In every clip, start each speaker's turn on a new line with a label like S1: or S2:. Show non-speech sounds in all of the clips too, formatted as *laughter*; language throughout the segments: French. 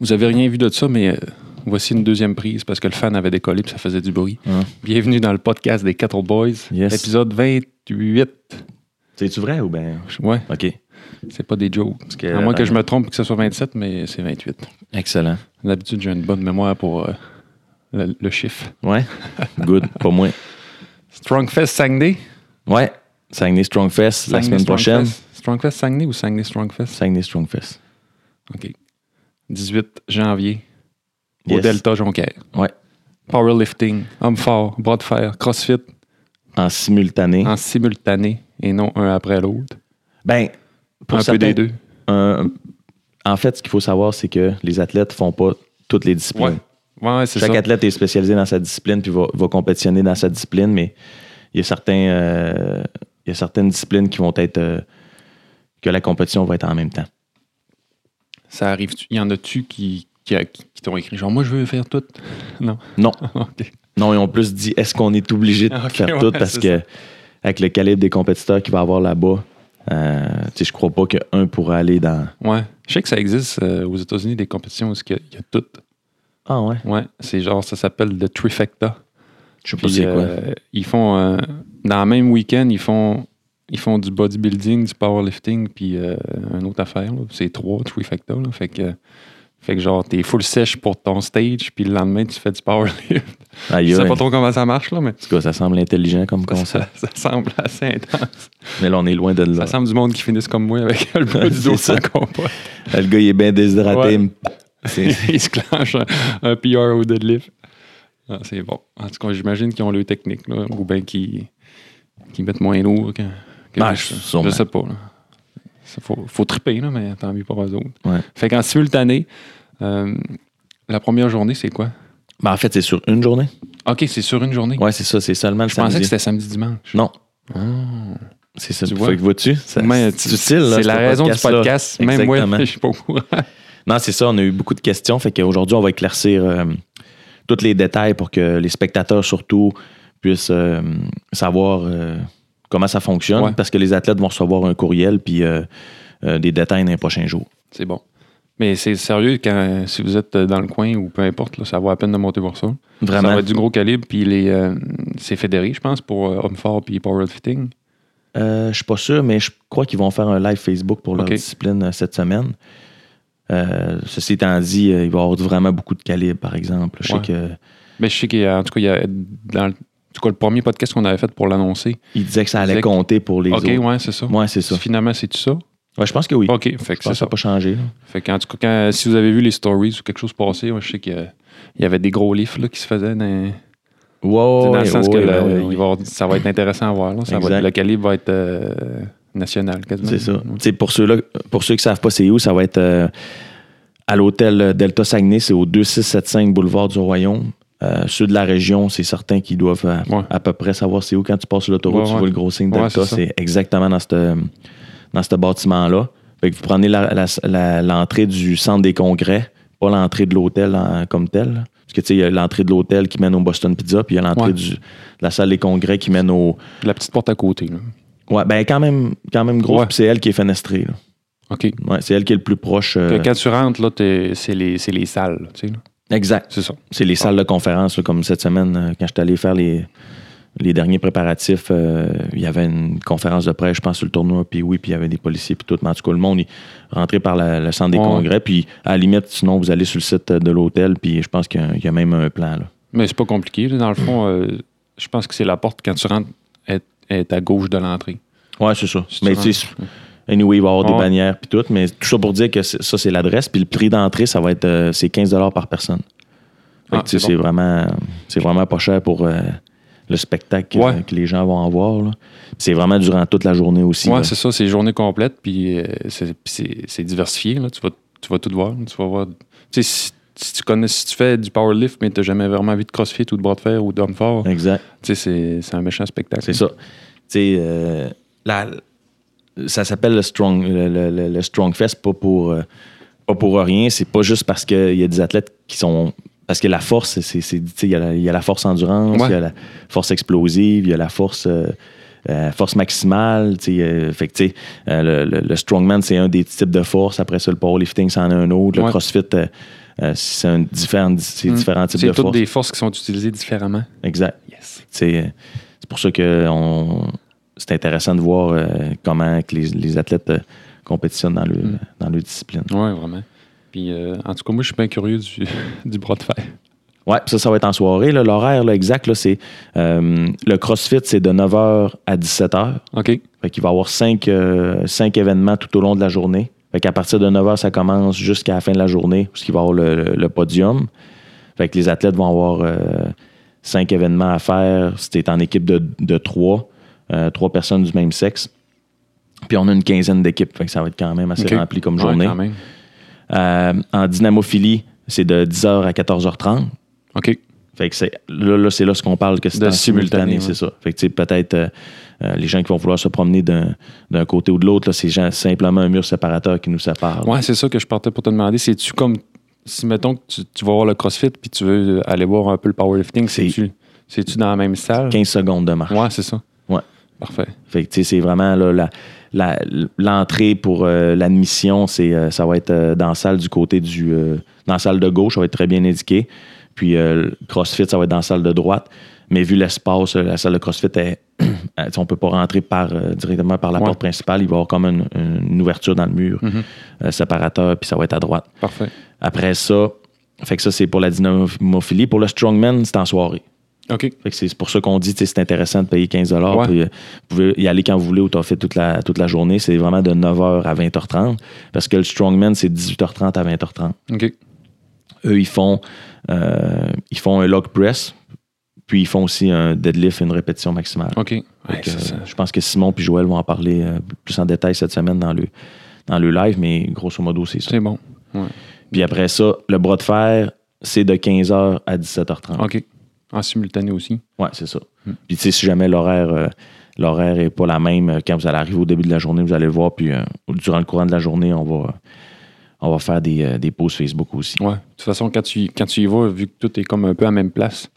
S1: Vous avez rien vu de ça, mais euh, voici une deuxième prise parce que le fan avait décollé puis ça faisait du bruit.
S2: Hein.
S1: Bienvenue dans le podcast des Cattle Boys,
S2: Yes.
S1: épisode 28.
S2: C'est-tu vrai ou ben.
S1: Ouais,
S2: OK.
S1: c'est pas des jokes.
S2: Parce que-
S1: À moins que je me trompe et que ce soit 27, mais c'est 28.
S2: Excellent.
S1: D'habitude, j'ai une bonne mémoire pour euh, le, le chiffre.
S2: Ouais. Good. Pas moins.
S1: Strongfest Saguenay.
S2: Ouais. Saguenay Strongfest la
S1: Saguenay
S2: semaine
S1: Strongfest.
S2: prochaine.
S1: Strongfest Saguenay ou Saguenay Strongfest?
S2: Saguenay Strongfest.
S1: OK. 18 janvier au
S2: Yes.
S1: Delta Jonquière.
S2: Ouais.
S1: Powerlifting, homme fort, bras de fer, crossfit
S2: En simultané.
S1: en simultané et non un après l'autre.
S2: Ben,
S1: Un
S2: pour
S1: peu
S2: certains-
S1: des deux.
S2: un- en fait, ce qu'il faut savoir, c'est que les athlètes font pas toutes les disciplines.
S1: Ouais. Ouais, c'est
S2: Chaque
S1: ça.
S2: athlète est spécialisé dans sa discipline puis va, va compétitionner dans sa discipline, mais il y a certains, euh, il y a certaines disciplines qui vont être euh, que la compétition va être en même temps.
S1: Ça arrive. Il y en a-tu qui, qui, qui- qui t'ont écrit genre, moi, je veux faire tout? Non.
S2: Non,
S1: *laughs* OK.
S2: non, ils ont plus dit est-ce qu'on est obligé de
S1: Ah, *laughs* ok,
S2: faire
S1: ouais,
S2: tout parce
S1: c'est
S2: que avec le calibre des compétiteurs qu'il va y avoir là-bas, euh, tu sais, je crois pas qu'un pourrait aller dans.
S1: Ouais. Je sais que ça existe euh, aux États-Unis, des compétitions où il y a, il y a tout.
S2: Ah ouais.
S1: Ouais. C'est genre, ça s'appelle le trifecta.
S2: Je sais pas
S1: Puis,
S2: c'est quoi.
S1: euh, ils font euh, dans le même week-end, ils font ils font du bodybuilding, du powerlifting, puis euh, une autre affaire. là. C'est trois trifecta. Là. Fait que fait que genre t'es full sèche pour ton stage, puis le lendemain tu fais du powerlift.
S2: Aïe,
S1: Je sais
S2: aïe.
S1: pas
S2: En
S1: trop comment ça marche là, mais
S2: tout cas, ça semble intelligent comme concept.
S1: ça, ça semble assez intense.
S2: Mais là, on est loin de là.
S1: Ça semble du monde qui finissent comme moi avec le
S2: *laughs*
S1: bout du
S2: C'est
S1: dos
S2: ça.
S1: sans combat.
S2: Le gars, il est bien déshydraté.
S1: Ouais.
S2: C'est-
S1: *laughs* Ils se clenchent un, un PR au deadlift. Ah, c'est bon. En tout cas, j'imagine qu'ils ont leur technique, là, ou bien qu'ils qu'ils mettent moins lourd que, que
S2: Ben,
S1: juste-
S2: sûrement.
S1: je sais pas. là. Ça, faut, faut triper, là, mais tant mieux pour eux autres.
S2: Ouais.
S1: Fait qu'en simultané, euh, la première journée, c'est quoi?
S2: Ben, en fait, c'est sur une journée.
S1: OK, c'est sur une journée.
S2: Ouais, c'est ça, c'est seulement le
S1: Je pensais
S2: samedi.
S1: que c'était samedi-dimanche.
S2: Non,
S1: Ah.
S2: c'est ça.
S1: Tu
S2: Fait
S1: vois?
S2: que vois-tu, ça-
S1: Mais
S2: c'est utile. là,
S1: C'est
S2: ce
S1: la raison du
S2: podcast-là.
S1: podcast. Même moi, *laughs*
S2: Exactement.
S1: je suis pas au courant.
S2: Non, c'est ça, on a eu beaucoup de questions. Fait qu'aujourd'hui, on va éclaircir euh, tous les détails pour que les spectateurs, surtout, puissent euh, savoir euh, comment ça fonctionne.
S1: Ouais.
S2: Parce que les athlètes vont recevoir un courriel puis euh, euh, des détails dans les prochains jours.
S1: C'est bon. Mais c'est sérieux, quand, si vous êtes euh, dans le coin ou peu importe, là, ça vaut la peine de monter voir ça. Ça
S2: Vraiment.
S1: va être du gros calibre, puis les, euh, c'est fédéré, je pense, pour euh, Homme Fort puis Powerlifting.
S2: Euh, je suis pas sûr, mais je crois qu'ils vont faire un live Facebook pour leur
S1: Ok.
S2: discipline euh, cette semaine. Euh, ceci étant dit, euh, il va y avoir vraiment beaucoup de calibre, par exemple. Je
S1: Ouais.
S2: sais que
S1: Mais je sais qu'il y a, en tout cas, il y a, dans le, en tout cas, le premier podcast qu'on avait fait pour l'annoncer.
S2: il disait que ça
S1: Disait
S2: allait
S1: que-
S2: compter pour les
S1: OK,
S2: autres.
S1: ouais, c'est ça.
S2: Ouais, c'est ça.
S1: Finalement, c'est-tu ça?
S2: Ouais, je pense que oui.
S1: OK, fait
S2: Je
S1: que
S2: pense
S1: c'est
S2: que ça
S1: ça.
S2: n'a pas changé. là.
S1: Fait qu'en tout cas, quand- si vous avez vu les stories ou quelque chose passer, ouais, je sais qu'il y a- il y avait des gros livres là, qui se faisaient dans,
S2: Ouais,
S1: dans
S2: ouais,
S1: le sens
S2: ouais,
S1: que
S2: ouais,
S1: le- il
S2: ouais, ouais.
S1: va y avoir- ça va être intéressant à voir. là. Ça va
S2: Exact.
S1: être- le calibre va être euh, national, quasiment.
S2: C'est ça.
S1: Ouais.
S2: Tu sais, Pour, ceux -là, pour ceux qui ne savent pas c'est où, ça va être euh, à l'hôtel euh, Delta Saguenay, c'est au 2675 boulevard du Royaume. Euh, ceux de la région, c'est certains qui doivent euh,
S1: Ouais.
S2: à peu près savoir c'est où. Quand tu passes sur l'autoroute,
S1: Ouais,
S2: tu
S1: ouais.
S2: vois le gros signe
S1: Ouais,
S2: Delta,
S1: c'est ça.
S2: c'est exactement dans ce dans ce bâtiment-là. Fait que vous prenez la- la- la- l'entrée du centre des congrès, pas l'entrée de l'hôtel en- comme tel. là. Parce que tu sais, il y a l'entrée de l'hôtel qui mène au Boston Pizza, puis il y a l'entrée
S1: Ouais.
S2: du- de la salle des congrès qui mène au.
S1: La petite porte à côté. là.
S2: Ouais, ben quand même, quand même gros,
S1: Ouais.
S2: puis c'est elle qui est fenestrée. là.
S1: OK.
S2: Ouais, c'est elle qui est le plus proche. euh,
S1: Fait que Quand tu rentres, là, t'es- c'est les, c'est les salles. là, tu sais, là.
S2: Exact.
S1: C'est ça.
S2: C'est les salles de conférence, là, comme cette semaine, euh, quand je suis allé faire les, les derniers préparatifs, euh, il y avait une conférence de presse, je pense, sur le tournoi, puis oui, puis il y avait des policiers, puis tout. Mais en tout cas, le monde, il rentrait par la- le centre des
S1: Ouais.
S2: congrès, puis à la limite, sinon, vous allez sur le site euh, de l'hôtel, puis je pense qu'il y a un- il y, a même un plan. là.
S1: Mais c'est pas compliqué. là. Dans le fond, euh, je pense que c'est la porte quand tu rentres est, est à gauche de l'entrée.
S2: Ouais, c'est ça.
S1: Si tu
S2: Mais
S1: rentres.
S2: tu sais, anyway, il va y avoir
S1: Ouais.
S2: des bannières, puis tout. Mais tout ça pour dire que c'est- ça, c'est l'adresse, puis le prix d'entrée, ça va être euh, c'est 15 par personne. Fait que,
S1: Ah,
S2: tu sais,
S1: c'est
S2: c'est vraiment, c'est vraiment pas cher pour euh, le spectacle que,
S1: Ouais.
S2: que les gens vont en voir. là. Puis C'est vraiment durant toute la journée aussi.
S1: Ouais,
S2: là.
S1: c'est ça, c'est journée complète, puis euh, c'est- puis c'est c'est diversifié. Là. Tu, vas, tu vas tout voir. Tu vas voir. Tu sais, si, si tu connais, si tu fais du powerlift, mais t'as jamais vraiment vu de crossfit ou de bras de fer ou d'homme fort,
S2: exact.
S1: tu sais, c'est c'est un méchant spectacle.
S2: C'est ça. Tu sais, euh, la- ça s'appelle le Strong, le, le- le- le Strong Fest, pas pour, euh, pas pour rien. C'est pas juste parce qu'il y a des athlètes qui sont. Parce que la force, c'est- c'est- c'est- tu sais, il y, a la- il y a la force endurance, il
S1: Ouais.
S2: y a la force explosive, il y a la force. euh, euh, force maximale, tu sais, euh, fait que, tu sais, euh, le, le- le strongman, c'est un des types de force. Après ça, le powerlifting, c'en est un autre. Le
S1: Ouais.
S2: crossfit, euh, Euh, c'est un différent, c'est
S1: Mm.
S2: différents types
S1: C'est
S2: de
S1: toutes
S2: forces.
S1: des forces qui sont utilisées différemment.
S2: Exact.
S1: Yes.
S2: C'est c'est pour ça que on- c'est intéressant de voir euh, comment que les, les athlètes euh, compétitionnent dans leur,
S1: Mm.
S2: dans leur discipline.
S1: Ouais, vraiment. Puis, euh, en tout cas, moi, je suis bien curieux du, *laughs* du bras de fer.
S2: Ouais, ça, ça va être en soirée. là. L'horaire là, exact, là, c'est euh, le CrossFit, c'est de 9h à 17h.
S1: OK.
S2: Fait qu'il va y avoir cinq, euh, cinq événements tout au long de la journée. Fait qu'à partir de 9h, ça commence jusqu'à la fin de la journée, parce qu'il va y avoir le, le- le podium. Fait que les athlètes vont avoir euh, cinq événements à faire. C'était en équipe de, de trois, euh, trois personnes du même sexe. Puis on a une quinzaine d'équipes. Fait que ça va être quand même assez
S1: OK.
S2: rempli comme
S1: Ouais,
S2: journée.
S1: quand même.
S2: Euh, en dynamophilie, c'est de 10h à 14h30.
S1: OK.
S2: Fait que c'est là, là, c'est là ce qu'on parle que c'est
S1: De
S2: en simultané,
S1: simultané,
S2: c'est
S1: ouais.
S2: ça. Fait que tu sais, peut-être euh, euh, les gens qui vont vouloir se promener d'un d'un côté ou de l'autre, là, c'est gen- simplement un mur séparateur qui nous sépare.
S1: Ouais, c'est ça que je partais pour te demander. C'est-tu comme. Si, mettons, que tu, tu vas voir le CrossFit puis tu veux aller voir un peu le powerlifting,
S2: C'est-
S1: c'est-tu c'est-tu dans la même salle?
S2: 15 secondes de marche.
S1: Ouais, c'est ça.
S2: Ouais.
S1: Parfait.
S2: Fait que tu sais, c'est vraiment là, la- la- l'entrée pour euh, l'admission, c'est euh, ça va être euh, dans la salle du côté du euh, dans la salle de gauche, ça va être très bien indiqué. Puis euh, le CrossFit, ça va être dans la salle de droite. Mais vu l'espace, euh, la salle de CrossFit, est, *clears throat* on peut pas rentrer par, euh, directement par la
S1: Ouais.
S2: porte principale. Il va y avoir comme une, une ouverture dans le mur
S1: Mhm.
S2: euh, séparateur, puis ça va être à droite.
S1: Parfait.
S2: Après ça, fait que ça, c'est pour la dynamophilie. Pour le strongman, c'est en soirée.
S1: OK.
S2: Fait que c'est pour ça qu'on dit que c'est intéressant de payer 15
S1: Ouais.
S2: puis, euh, Vous pouvez y aller quand vous voulez ou t'as fait toute la, toute la journée. C'est vraiment de 9h à 20h30 parce que le strongman, c'est 18h30 à 20h30.
S1: OK.
S2: Eux, ils font, euh, ils font un log press, puis ils font aussi un deadlift, une répétition maximale.
S1: OK. Ouais,
S2: Fait que,
S1: ça, ça-
S2: euh, je pense que Simon puis Joël vont en parler euh, plus en détail cette semaine dans le, dans le live, mais grosso modo, c'est ça.
S1: C'est bon.
S2: Puis après ça, le bras de fer, c'est de 15h à 17h30.
S1: OK. En simultané aussi.
S2: Ouais, c'est ça.
S1: Mm.
S2: Puis tu sais, si jamais l'horaire euh, l'horaire est pas la même, euh, quand vous allez arriver au début de la journée, vous allez le voir. Puis euh, durant le courant de la journée, on va, on va faire des, euh, des posts Facebook aussi.
S1: Ouais. De toute façon, quand tu, quand tu y vas, vu que tout est comme un peu à la même place,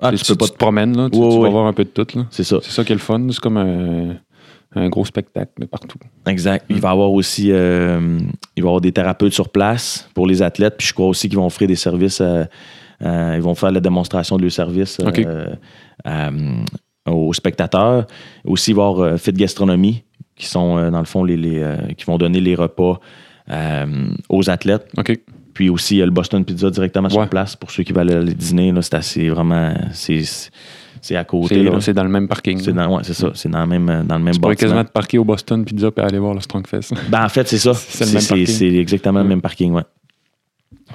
S2: Ah,
S1: tu,
S2: tu peux pas.
S1: te promènes, là, tu,
S2: Ouais,
S1: tu vas
S2: ouais.
S1: voir un peu de tout. Là.
S2: C'est ça.
S1: C'est ça qui est le fun. C'est comme un, un gros spectacle de partout.
S2: Exact.
S1: Mm.
S2: Il va y avoir aussi euh, il va y avoir des thérapeutes sur place pour les athlètes. Puis je crois aussi qu'ils vont offrir des services. euh, euh, ils vont faire la démonstration de leurs services euh,
S1: OK.
S2: à, euh, aux spectateurs. Aussi, il va y avoir euh, Fit Gastronomie qui sont, euh, dans le fond, les, les, euh, qui vont donner les repas euh, aux athlètes.
S1: OK.
S2: Puis aussi, il y a le Boston Pizza directement sur
S1: Ouais.
S2: place pour ceux qui veulent aller dîner. là. C'est assez vraiment. C'est c'est à côté.
S1: C'est,
S2: là.
S1: c'est dans le même parking.
S2: C'est
S1: là.
S2: dans, ouais, c'est ça. C'est dans le même, euh, dans le même
S1: Tu pourrais
S2: bâtiment.
S1: quasiment te parquer au Boston Pizza et aller voir le
S2: *laughs*
S1: Strongfest.
S2: Ben, en fait, c'est ça.
S1: C'est le même
S2: C'est c'est-
S1: parking.
S2: c'est exactement le
S1: Mm.
S2: même parking, ouais.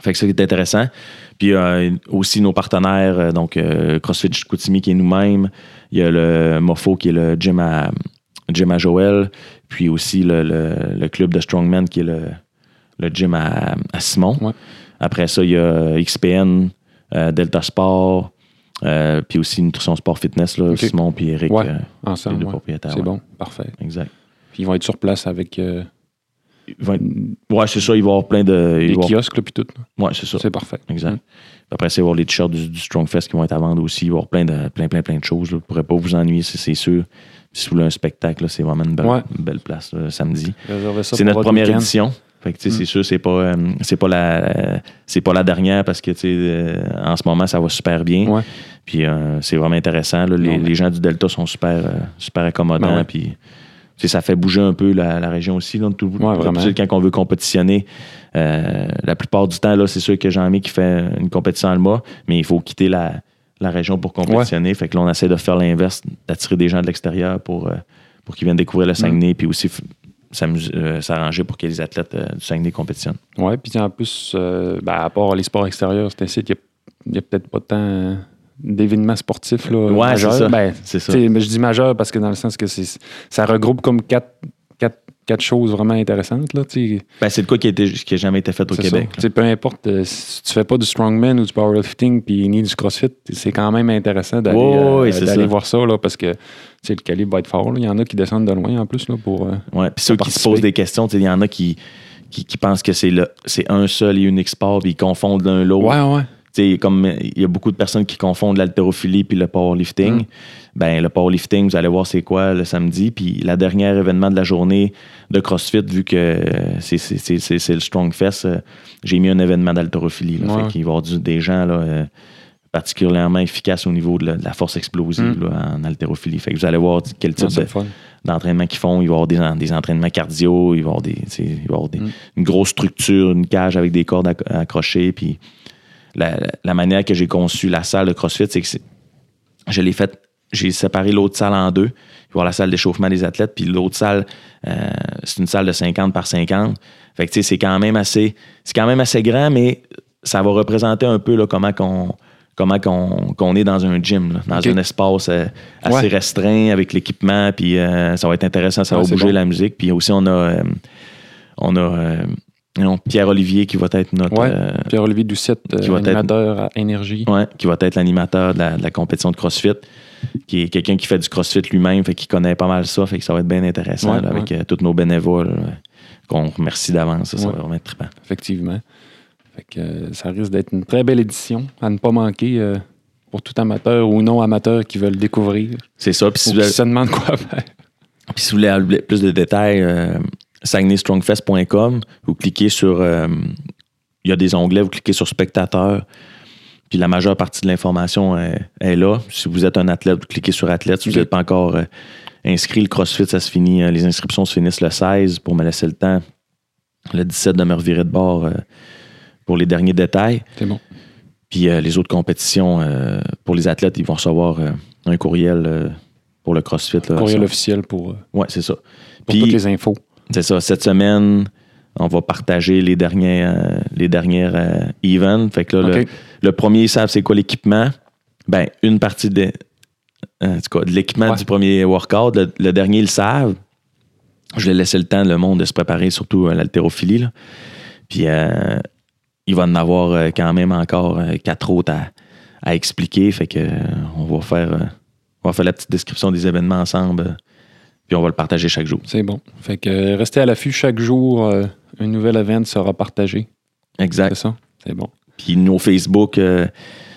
S2: Fait que ça qui est intéressant. Puis euh, aussi nos partenaires, euh, donc euh, CrossFit Chicoutimi qui est nous-mêmes. Il y a le Mofo qui est le gym à, gym à Joël. Puis aussi le, le- le club de Strongman qui est le, le gym à, à Simon.
S1: Ouais.
S2: Après ça, il y a XPN, euh, Delta Sport, euh, puis aussi Nutrition Sport Fitness, là,
S1: Ok.
S2: Simon puis Eric,
S1: Ouais.
S2: euh, les
S1: Ensemble.
S2: deux
S1: ouais.
S2: propriétaires.
S1: C'est
S2: ouais.
S1: bon. Parfait.
S2: Exact.
S1: Puis ils vont être sur place avec euh,
S2: Il va être- Ouais, c'est ça, il va y avoir plein de.
S1: des
S2: il va y avoir-
S1: kiosques là, puis tout. là.
S2: Ouais, c'est ça.
S1: C'est parfait.
S2: Exact.
S1: Mm.
S2: Puis Après, c'est voir les t-shirts du, du Strongfest qui vont être à vendre aussi. Il va y avoir plein de, plein, plein, plein de choses. Là. Vous ne pourrez pas vous ennuyer, c'est- c'est sûr. Puis si vous voulez un spectacle, là, c'est vraiment une belle,
S1: Ouais.
S2: une belle place là, le samedi.
S1: Réservez ça
S2: C'est
S1: pour
S2: notre
S1: votre
S2: première
S1: week-end.
S2: édition. Fait que, tu sais,
S1: Mm.
S2: C'est sûr, c'est pas, euh, c'est pas, la, c'est pas la dernière parce que tu sais, euh, en ce moment, ça va super bien.
S1: Ouais.
S2: Puis euh, c'est vraiment intéressant. là. les,
S1: Non, mais-
S2: les gens du Delta sont super, euh, super accommodants.
S1: Ben ouais.
S2: Puis tu sais, ça fait bouger un peu la, la région aussi. Là, tout,
S1: vraiment.
S2: d'habitude, Quand on veut compétitionner, euh, la plupart du temps, là, c'est sûr que Jean-Mi qui fait une compétition à Alma, mais il faut quitter la, la région pour compétitionner. Fait que là, on essaie de faire l'inverse, d'attirer des gens de l'extérieur pour, euh, pour qu'ils viennent découvrir le Saguenay, puis aussi f- s'amuser, euh, s'arranger pour que les athlètes euh, du Saguenay compétitionnent.
S1: Ouais, puis en plus, euh, ben, à part les sports extérieurs, c'est un site, il n'y a, peut-être pas tant euh, d'événements sportifs là,
S2: Ouais,
S1: majeurs.
S2: c'est ça.
S1: Ben,
S2: C'est ça.
S1: tu sais, mais je dis majeur parce que dans le sens que c'est, ça regroupe comme quatre, quatre, quatre choses vraiment intéressantes. Là, tu sais.
S2: Ben, c'est de quoi qui n'a jamais été fait au
S1: C'est
S2: Québec.
S1: ça. Tu sais, peu importe euh, si tu fais pas du strongman ou du powerlifting puis ni du crossfit, c'est quand même intéressant d'aller, euh,
S2: Ouais, ouais, ouais, c'est
S1: d'aller
S2: ça.
S1: voir ça là, parce que tu sais, le calibre va être fort. là. Il y en a qui descendent de loin en plus là, pour. euh,
S2: Ouais, puis ceux qui se
S1: participer.
S2: posent des questions, tu sais, il y en a qui, qui, qui pensent que c'est le- c'est un seul et unique sport, puis ils confondent l'un l'autre.
S1: Ouais, ouais.
S2: Tu sais, comme il y a beaucoup de personnes qui confondent l'haltérophilie puis le powerlifting.
S1: Mm.
S2: Ben, le powerlifting, vous allez voir c'est quoi le samedi. Puis la dernière événement de la journée de CrossFit, vu que euh, c'est- c'est c'est- c'est- c'est le Strong Fest, euh, j'ai mis un événement d'haltérophilie. là.
S1: Ouais.
S2: Fait qu'il va y avoir du- des gens là, euh, particulièrement efficaces au niveau de la, de la force explosive
S1: Mm.
S2: là, en haltérophilie. Fait que vous allez voir quel
S1: Non,
S2: type
S1: c'est
S2: de,
S1: le fun.
S2: d'entraînement qu'ils font. Il va y avoir des, en- des entraînements cardio, il va y avoir, des, tu sais, il va y avoir des-
S1: Mm.
S2: une grosse structure, une cage avec des cordes acc- accrochées. Puis la, la manière que j'ai conçu la salle de CrossFit, c'est que c'est- je l'ai faite, j'ai séparé l'autre salle en deux. Il va y avoir la salle d'échauffement des athlètes, puis l'autre salle, euh, c'est une salle de 50 par 50. Fait que tu sais, c'est quand même assez, c'est quand même assez grand, mais ça va représenter un peu là, comment qu'on comment qu'on qu'on est dans un gym, là, dans
S1: Ok.
S2: un espace euh, assez
S1: Ouais.
S2: restreint avec l'équipement, puis euh, ça va être intéressant, ça
S1: Ouais,
S2: va
S1: c'est
S2: bouger
S1: bon.
S2: la musique. Puis aussi, on a, euh, on a euh, non, Pierre-Olivier qui va être notre.
S1: Ouais.
S2: euh,
S1: Pierre-Olivier Doucette, euh,
S2: Qui va être-
S1: animateur à Énergie.
S2: ouais, qui va être l'animateur de, la, de la compétition de CrossFit, qui est quelqu'un qui fait du CrossFit lui-même, fait qu'il connaît pas mal ça, fait que ça va être bien intéressant
S1: Ouais,
S2: là, avec euh, tous nos bénévoles euh, qu'on remercie d'avance. Ça, ça
S1: Ouais.
S2: va vraiment être trippant.
S1: Effectivement. Fait que, euh, ça risque d'être une très belle édition à ne pas manquer euh, pour tout amateur ou non amateur qui veulent découvrir
S2: C'est ça.
S1: ou
S2: Puis si, vous
S1: qui
S2: avez-
S1: se demandent quoi faire.
S2: puis si vous voulez avoir plus de détails, euh, saguenaystrongfest.com, vous cliquez sur. euh, Il y a des onglets, vous cliquez sur spectateurs. Puis la majeure partie de l'information euh, est là. Si vous êtes un athlète, vous cliquez sur athlète. Si vous
S1: Ok.
S2: n'êtes pas encore euh, inscrit, le CrossFit, ça se finit. euh, les inscriptions se finissent le 16 pour me laisser le temps. Le 17 de me revirer de bord euh, pour les derniers détails.
S1: C'est bon.
S2: Puis euh, les autres compétitions, euh, pour les athlètes, ils vont recevoir euh, un courriel euh, pour le CrossFit. là.
S1: Courriel officiel pour, euh,
S2: Ouais, c'est ça.
S1: pour
S2: Ah, Puis-
S1: toutes les infos.
S2: c'est ça. Cette semaine, on va partager les derniers, euh, les dernières euh, events. Fait que là, le-
S1: OK.
S2: le, premier, ils savent c'est quoi l'équipement. Ben, une partie de, euh, en tout cas, de l'équipement
S1: Ouais.
S2: du premier workout. Le, le dernier, ils le savent. Je vais laisser le temps, le monde, de se préparer, surtout à l'haltérophilie. là. Puis, euh, il va en avoir euh, quand même encore euh, quatre autres à, à expliquer. Fait que, euh, on va faire, euh, on va faire la petite description des événements ensemble. euh, puis, on va le partager chaque jour.
S1: C'est bon. Fait que euh, restez à l'affût chaque jour. euh, un nouvel event sera partagé.
S2: Exact.
S1: C'est ça? C'est bon.
S2: Puis nos Facebook euh,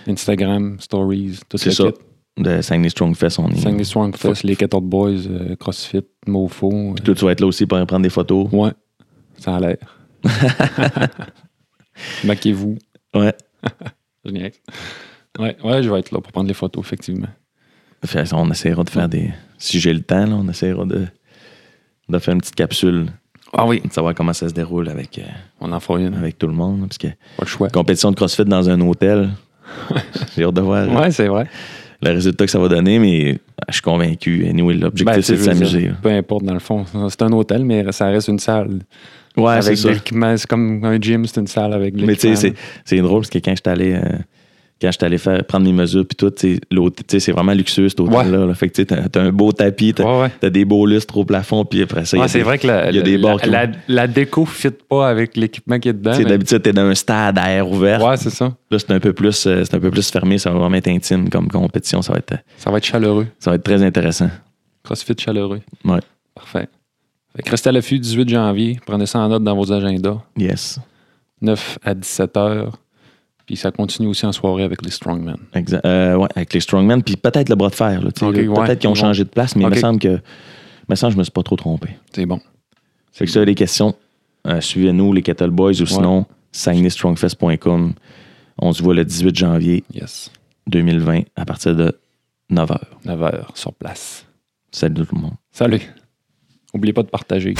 S1: Instagram, Stories, tout
S2: C'est
S1: le
S2: ça.
S1: kit.
S2: de Saguenay Strong Fest, on est.
S1: Saguenay Strong Fest, les 14 Boys, euh, CrossFit, Mofo. euh,
S2: Toi, tu vas être là aussi pour prendre des photos.
S1: ouais, ça a
S2: *laughs*
S1: l'air. Maquez-vous.
S2: Ouais.
S1: Génial. Ouais, ouais, je vais être là pour prendre les photos, effectivement.
S2: Fait, on essaiera de faire des. Si j'ai le temps, là, on essaiera de, de faire une petite capsule,
S1: Ah oui.
S2: de savoir comment ça se déroule avec, euh,
S1: On en fera une,
S2: avec tout le monde. là, Parce que
S1: pas le choix.
S2: compétition de CrossFit dans un
S1: *laughs*
S2: hôtel, j'ai hâte de voir
S1: Ouais, c'est vrai.
S2: le résultat que ça va donner, mais ah, je suis convaincu. Anyway, l'objectif,
S1: Ben, tu
S2: c'est
S1: sais,
S2: de
S1: je veux
S2: s'amuser.
S1: dire, Peu importe, dans le fond. C'est un hôtel, mais ça reste une salle.
S2: là. Ouais, c'est
S1: avec de
S2: ça.
S1: l'équipement. C'est comme un gym, c'est une salle avec de
S2: Mais tu sais,
S1: l'équipement.
S2: c'est- c'est drôle parce que quand j'étais allé, euh, quand j'étais allé faire, prendre mes mesures, puis tout, tu sais, l'hôtel- tu sais, c'est vraiment luxueux cet hôtel-là. là. Fait que tu sais, t'as- t'as un beau tapis, t'as
S1: Ouais, ouais.
S2: t'as des beaux lustres au plafond, puis après ça, il y a
S1: Ouais, c'est
S2: des-
S1: vrai que la,
S2: il y a des
S1: la-
S2: bords qui
S1: la, la déco ne fit pas avec l'équipement qui est dedans.
S2: tu sais,
S1: mais-
S2: d'habitude, t'es dans un stade à air ouvert.
S1: Ouais, c'est ça.
S2: Là, c'est un, peu plus, euh, c'est un peu plus fermé. Ça va vraiment être intime comme compétition. Ça va être,
S1: Ça va être chaleureux.
S2: ça va être très intéressant.
S1: CrossFit chaleureux.
S2: Ouais.
S1: Parfait. Fait que restez à l'affût 18 janvier. Prenez ça en note dans vos agendas.
S2: Yes.
S1: 9 à 17 heures. Puis ça continue aussi en soirée avec les Strongmen.
S2: Exa- euh, ouais, avec les Strongmen. Puis peut-être le bras de fer. là, tu sais,
S1: Ok,
S2: là, peut-être
S1: ouais.
S2: qu'ils ont
S1: Ils
S2: changé de place, mais
S1: Ok.
S2: il me semble que. Il me semble que je me suis pas trop trompé.
S1: C'est bon.
S2: Fait que ça, les questions, euh, suivez-nous, les Kettle Boys, ou sinon, saguenaystrongfest.com. On se voit le 18 janvier
S1: Yes.
S2: 2020 à partir de 9h.
S1: 9 heures sur place.
S2: Salut tout le monde.
S1: Salut. Oubliez pas de partager.